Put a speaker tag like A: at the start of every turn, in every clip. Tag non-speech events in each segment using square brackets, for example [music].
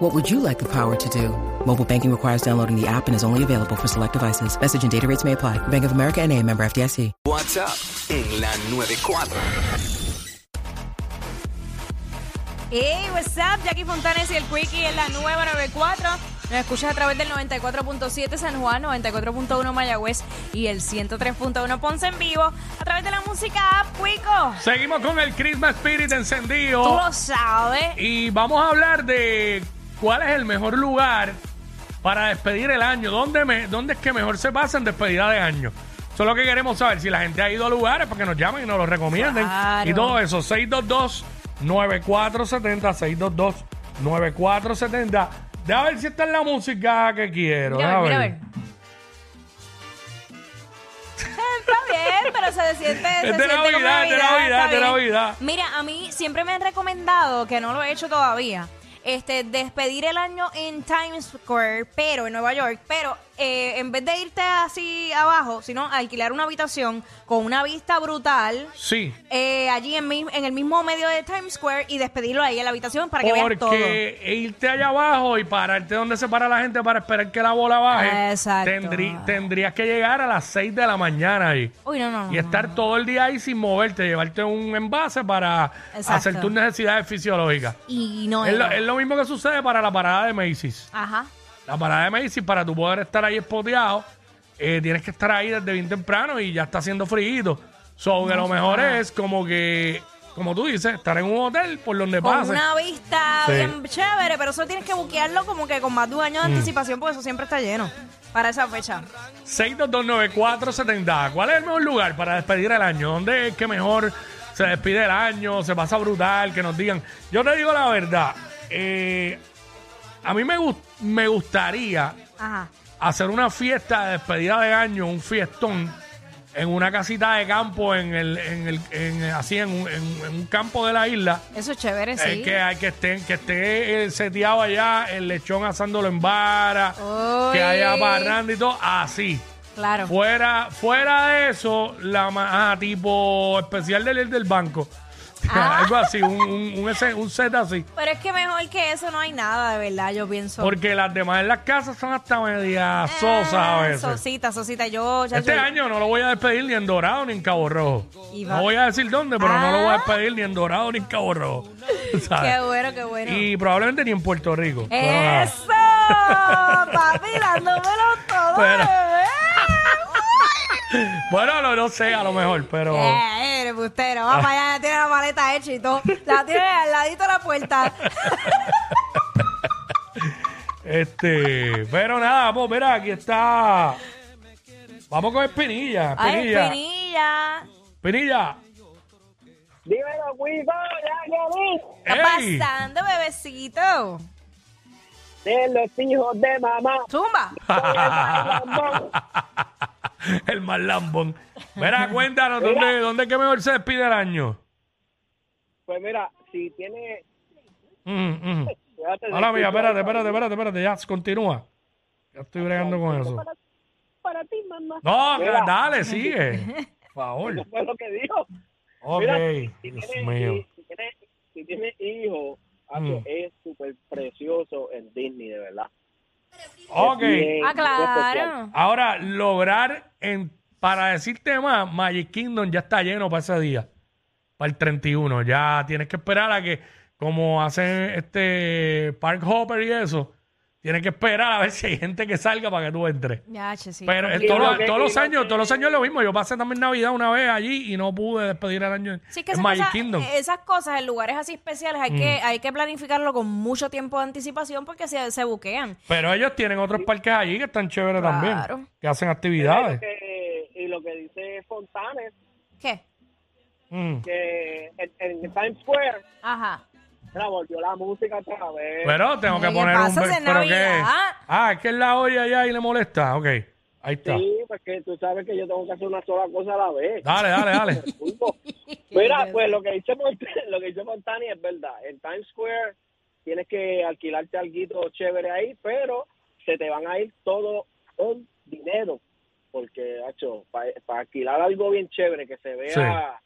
A: What would you like the power to do? Mobile banking requires downloading the app and is only available for select devices. Message and data rates may apply. Bank of America and a member FDIC.
B: WhatsApp en la 94.
C: Hey, what's up? Jackie Fontanes y el Quickie en la nueva 94. Nos escuchas a través del 94.7 San Juan, 94.1 Mayagüez y el 103.1 Ponce en vivo a través de la música app, Quico.
D: Seguimos con el Christmas Spirit
C: Tú
D: encendido
C: lo sabes.
D: y vamos a hablar de cuál es el mejor lugar para despedir el año. ¿Dónde, me- dónde es que mejor se pasa en despedida de año? Eso es lo que queremos saber. Si la gente ha ido a lugares, para que nos llamen y nos lo recomienden.
C: Claro.
D: Y todo eso, 622-9470, 622-9470. Déjame ver si está en la música que quiero.
C: Mira, a
D: Deja
C: ver, mira, a
D: ver.
C: ver. Está bien, pero se siente, se
D: Es de
C: siente como
D: Navidad, es de Navidad,
C: está
D: es de
C: bien.
D: Navidad.
C: Mira, a mí siempre me han recomendado, que no lo he hecho todavía, este, despedir el año en Times Square, pero en Nueva York, pero eh, en vez de irte así abajo, sino alquilar una habitación con una vista brutal.
D: Sí.
C: eh, allí en, mi- en el mismo medio de Times Square y despedirlo ahí en la habitación para que veas todo.
D: Porque irte allá abajo y pararte donde se para la gente para esperar que la bola baje,
C: Exacto.
D: tendrí- tendrías que llegar a las 6 de la mañana ahí.
C: Uy, no, no, no,
D: Y estar todo el día ahí sin moverte, llevarte un envase para
C: Exacto.
D: hacer tus necesidades fisiológicas.
C: Y no
D: Es lo,
C: era.
D: es lo mismo que sucede para la parada de Macy's.
C: Ajá.
D: La parada de Macy's, para tú poder estar ahí espoteado, eh, tienes que estar ahí desde bien temprano y ya está haciendo frío. So, que lo mejor es como que, como tú dices, estar en un hotel por donde
C: con
D: pases.
C: una vista
D: Sí. Mm.
C: bien chévere, pero eso tienes que buquearlo como que con más de un año de anticipación porque eso siempre está lleno para esa fecha.
D: 6229470. ¿Cuál es el mejor lugar para despedir el año? ¿Dónde es que mejor se despide el año? ¿Se pasa brutal? Que nos digan. Yo te digo la verdad. eh, a mí me, gust- me gustaría
C: Ajá.
D: hacer una fiesta de despedida de año, un fiestón, en una casita de campo, en el, en el, en- así, en un, en- en un campo de la isla.
C: Eso es chévere,
D: Eh,
C: sí.
D: que, hay- que, esté, que esté eh, seteado allá, el lechón asándolo en vara,
C: Uy.
D: que haya parranda y todo, así.
C: Claro.
D: Fuera, fuera de eso, la ma- ah, tipo especial del, del banco. [laughs]
C: Ah.
D: Algo así, un, un, un, ese- un set así.
C: Pero es que mejor que eso no hay nada, de verdad, yo pienso.
D: Porque las demás en las casas son hasta media sosas a
C: Ah,
D: veces.
C: Sosita, sosita, yo ya
D: Este
C: yo-
D: año no lo voy a despedir ni en Dorado ni en Cabo Rojo.
C: Y va-
D: No voy a decir dónde, pero no lo voy a
C: Ah.
D: despedir ni en Dorado ni en Cabo Rojo.
C: [laughs] Qué
D: [laughs] ¿sabes?
C: bueno, qué bueno.
D: Y probablemente ni en Puerto Rico. Pero nada. [laughs]
C: ¡Eso! Papi, dándomelo todo, eh.
D: Pero- [laughs]
C: bebé.
D: Bueno, no, no sé, a lo mejor, pero...
C: Eh, eres bustero. Va para allá, ya tiene la maleta hecha y todo. La tiene al ladito de la puerta.
D: Este, pero nada, pues mira, aquí está. Vamos con Espinilla.
C: Ay,
D: Espinilla.
C: Espinilla.
D: Espinilla.
E: Dímelo, Cuico, ya que
C: ¿Qué está
D: ¡Ey!
C: pasando, bebecito?
E: de los hijos de
D: [laughs]
E: mamá.
C: Zumba.
D: [laughs] el más lambón. Mira, cuéntanos, ¿dónde, ¿dónde es que mejor se despide el año?
E: Pues mira, si tiene.
D: Mm, mm.
E: fíjate,
D: Ahora mira,
E: Cuico,
D: espérate, espérate, espérate, espérate, ya, continúa. Ya estoy bregando con eso.
E: Para, para ti, mamá.
D: No,
E: Mira.
C: [laughs]
D: dale, sigue. Por favor.
E: Eso fue lo que dijo.
D: Ok,
E: Mira, si
D: Dios
E: tiene,
D: mío.
E: Si, si tiene, si tiene hijos,
D: Mm.
E: es súper precioso en Disney, de verdad.
D: Ok.
E: Bien,
C: Ah, claro.
D: Ahora, lograr, en, para decirte más, Magic Kingdom ya está lleno para ese día, para el 31. Ya tienes que esperar a que, como hacen este Park Hopper y eso, Tienes que esperar a ver si hay gente que salga para que tú entres.
C: Ya, che, sí.
D: Pero eh,
E: Y
D: todos,
E: lo
D: los-
E: que-
D: todos
E: y
D: los
E: lo
D: años,
E: que-
D: todos los años es lo mismo. Yo pasé también Navidad una vez allí y no pude despedir el año en-
C: Sí, es que
D: en
C: esas
D: Magic
C: cosas- eh,
D: Kingdom. Mm.
C: esas cosas en lugares así especiales hay, que, hay que planificarlo con mucho tiempo de anticipación porque se, se buquean.
D: Pero ellos tienen otros parques allí que están chéveres
C: Claro.
D: también, que hacen
E: Lo
D: actividades.
E: que- y lo que dice Fontanes,
C: ¿Qué?
D: Mm.
E: que en, en Times Square
C: Ajá.
E: la volvió la música otra vez.
D: Pero tengo que
C: ¿Qué
D: poner un...
C: pasa?
D: be-
C: Es en
D: ¿Pero
C: Navidad.
D: qué? Ah, es que es la olla allá y le molesta. Ok, ahí está.
E: sí, porque tú sabes que yo tengo que hacer una sola cosa a la vez.
D: Dale, dale, dale.
E: Punto. Mira, pues lo que dice Mont- [laughs] lo que dice Montani es verdad. En Times Square tienes que alquilarte algo chévere ahí, pero se te van a ir todo el dinero. Porque, hecho, para alquilar algo bien chévere que se vea.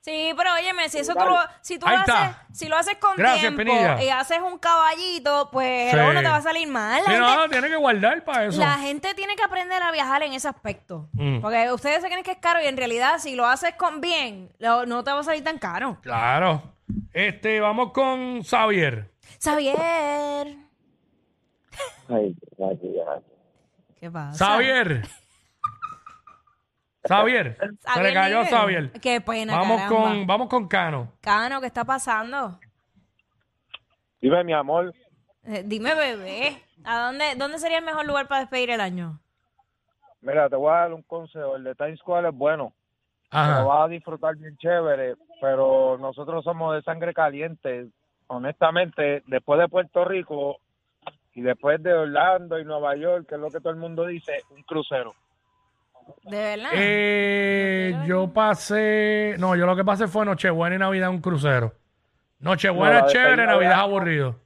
C: Sí, pero óyeme, si eso tú
E: Dale.
C: lo, si tú
D: Ahí
C: lo haces,
D: está.
C: si lo haces con
D: Gracias,
C: tiempo
D: Pinilla.
C: y haces un caballito, pues
D: Sí.
C: luego no te va a salir mal. La
D: Sí,
C: gente-
D: no, tiene que guardar para eso.
C: La gente tiene que aprender a viajar en ese aspecto.
D: Mm.
C: Porque ustedes se creen que es caro y en realidad si lo haces con bien, lo- no te va a salir tan caro.
D: Claro. Este, vamos con Xavier.
C: Xavier.
E: Ay, gracias.
C: ¿Qué pasa?
D: Xavier. Xavier. Se le cayó a
C: Miguel.
D: Xavier.
C: Qué pena,
D: Vamos
C: caramba.
D: con, vamos con Cano.
C: Cano, ¿qué está pasando?
F: Dime, mi amor,
C: Eh, dime, bebé. ¿A dónde, dónde sería el mejor lugar para despedir el año?
F: mira, te voy a dar un consejo. El de Times Square es bueno, lo vas a disfrutar bien chévere, pero nosotros somos de sangre caliente. Honestamente, después de Puerto Rico y después de Orlando y Nueva York, que es lo que todo el mundo dice, un crucero.
C: De verdad.
D: Eh, yo pasé. No, yo lo que pasé fue Nochebuena y Navidad en un crucero. Nochebuena
F: No, la
D: es chévere,
F: despedida
D: Navidad es
F: de-
D: aburrido.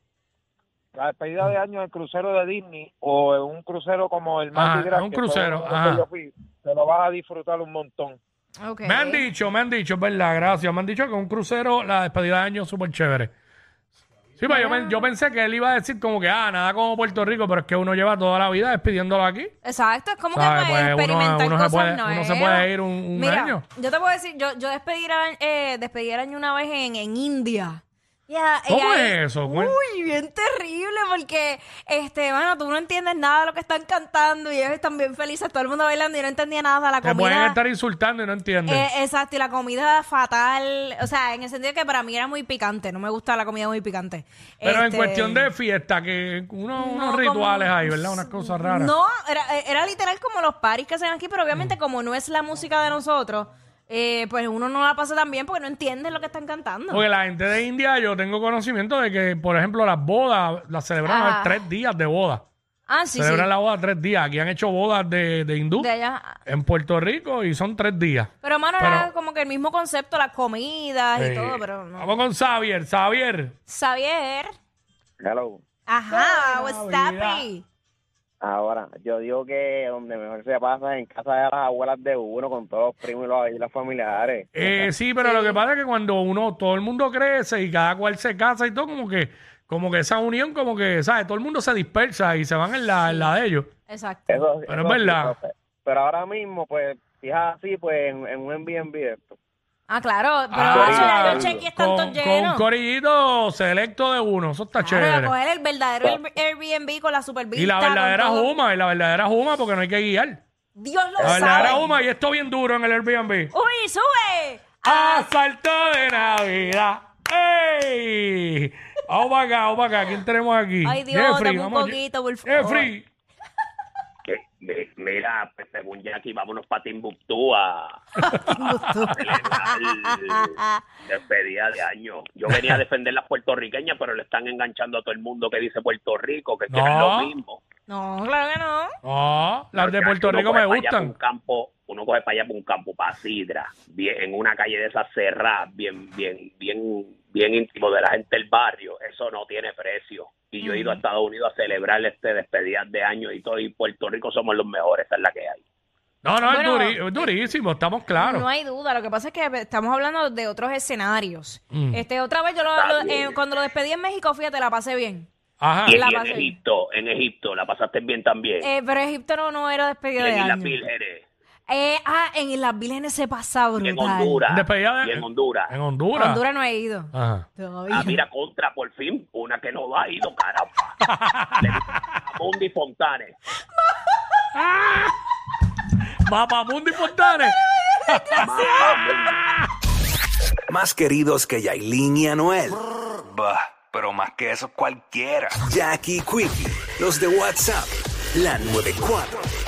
F: La despedida de año en el crucero de Disney o en un crucero como el Mardi
D: Ajá,
F: Gras,
D: un
F: que fue
D: crucero,
F: uno de los que
D: ajá.
F: yo fui, te lo vas a disfrutar un montón.
C: Ok.
D: Me han dicho, me han dicho, es verdad, gracias. Me han dicho que un crucero, la despedida de año es súper chévere. Sí, pero yo, pen- yo pensé que él iba a decir como que, ah, nada como Puerto Rico, pero es que uno lleva toda la vida despidiéndolo aquí.
C: Exacto, es como
D: ¿Sabe?
C: que
D: Pues uno-
C: experimentar
D: uno se
C: cosas
D: puede-
C: nuevas.
D: uno se puede ir un- un
C: Mira,
D: año.
C: Yo te puedo decir, yo, yo despedí, el año- eh, despedí el año una vez en, en India. Ya, y
D: ¿Cómo
C: ahí-
D: es eso? Pues, Cuen-
C: Uy, bien terrible, porque, este, bueno, tú no entiendes nada de lo que están cantando y ellos están bien felices, todo el mundo bailando y yo no entendía nada. La
D: Te pueden
C: comida.
D: estar insultando y no entienden.
C: eh, exacto, y la comida fatal. O sea, en el sentido que para mí era muy picante, no me gusta la comida muy picante.
D: pero en
C: Este,
D: cuestión de fiesta, que uno- unos
C: no,
D: rituales
C: como-
D: ahí, ¿verdad? Unas cosas raras.
C: No, era, era literal como los paris que hacen aquí, pero obviamente
D: Mm.
C: como no es la música de nosotros, eh, pues uno no la pasa tan bien porque no entiende lo que están cantando.
D: Porque la gente de India, yo tengo conocimiento de que, por ejemplo, las bodas las celebran
C: Ah.
D: tres días de boda.
C: ah, sí, sí.
D: celebran la boda tres días. Aquí han hecho bodas de, de hindú
C: De allá.
D: en Puerto Rico y son tres días.
C: Pero mano, era
D: Pero-
C: como que el mismo concepto, las comidas
D: Eh,
C: y todo, pero no.
D: Vamos con Xavier. Xavier.
C: Xavier.
G: Hello.
C: Ajá,
D: Buena
C: what's up,
D: vida.
C: eh?
G: Ahora, yo digo que donde mejor se pasa es en casa de las abuelas de uno con todos los primos y los, y los familiares.
D: Eh, sí, pero lo que pasa es que cuando uno, todo el mundo crece y cada cual se casa y todo, como que, como que esa unión, como que, ¿sabes? Todo el mundo se dispersa y se van en la, en la de ellos.
C: Exacto.
G: Eso,
D: Pero
G: eso
D: es verdad.
G: sí, Pero ahora mismo, pues, si es así, pues en, en un Airbnb esto.
C: Ah, claro, pero
D: Ah,
C: eso ya yo chequeé, están
D: con,
C: todos
D: con un
C: llenos.
D: corillito selecto de uno. Eso está
C: Claro,
D: chévere.
C: coger el verdadero Air- Airbnb con la supervista.
D: Y la verdadera
C: con todo.
D: juma, y la verdadera juma, porque no hay que guiar.
C: Dios lo
D: La verdadera
C: sabe.
D: juma, y esto bien duro en el Airbnb.
C: Uy, sube.
D: Ah.
C: Ah,
D: Asalto de Navidad. ¡Ey! Vamos para acá, vamos para acá. ¿Quién tenemos aquí?
C: Ay, Dios, dame un poquito, por favor.
D: Jeffrey.
H: que, mi- mira, pues según Jackie, vámonos para Timbuktu a celebrar despedida de año. Yo venía a defender las puertorriqueñas, pero le están enganchando a todo el mundo que dice Puerto Rico, que, que no es
D: No.
H: lo mismo.
C: No, claro que no.
D: No, Ah, las de
H: Jackie,
D: Puerto
H: uno
D: Rico
H: coge
D: me
H: pa' allá pa' Un
D: gustan.
H: campo, uno coge para allá por un campo, para Sidra, bien, en una calle de esas cerradas, bien, bien, bien, bien íntimo de la gente del barrio. Eso no tiene precio. Y yo he ido a Estados Unidos a celebrar este despedida de año y todo, y Puerto Rico somos los mejores, esa es la que hay.
D: No, no,
C: Bueno,
D: es, duri- es durísimo, estamos claros.
C: No hay duda. Lo que pasa es que estamos hablando de otros escenarios.
D: Mm.
C: Este, otra vez yo lo-
H: Está
C: lo-
H: bien.
C: eh, cuando lo despedí en México, fíjate, la pasé bien.
D: Ajá.
H: Y,
C: La
H: y en
C: pasé.
H: Egipto, en Egipto, la pasaste bien también.
C: Eh, pero Egipto no, no era
H: y
C: despedida de
H: en Islas
C: año.
H: Vírgenes.
C: Eh, ah, en las Vírgenes se pasa brutal.
H: en Honduras.
D: Despedida de-
H: Y en Honduras.
D: En Honduras.
C: Honduras no he ido.
D: Ajá.
C: Todavía.
H: Ah, mira, contra, por fin, una que no ha ido, caramba.
D: [laughs]
H: Le dice a Mundi Fontanes.
D: Mapamundi Fontanes.
B: Más queridos que Yailin y Anuel. Bah, pero más que eso cualquiera. Jackie Quickie, los de WhatsApp, la 94.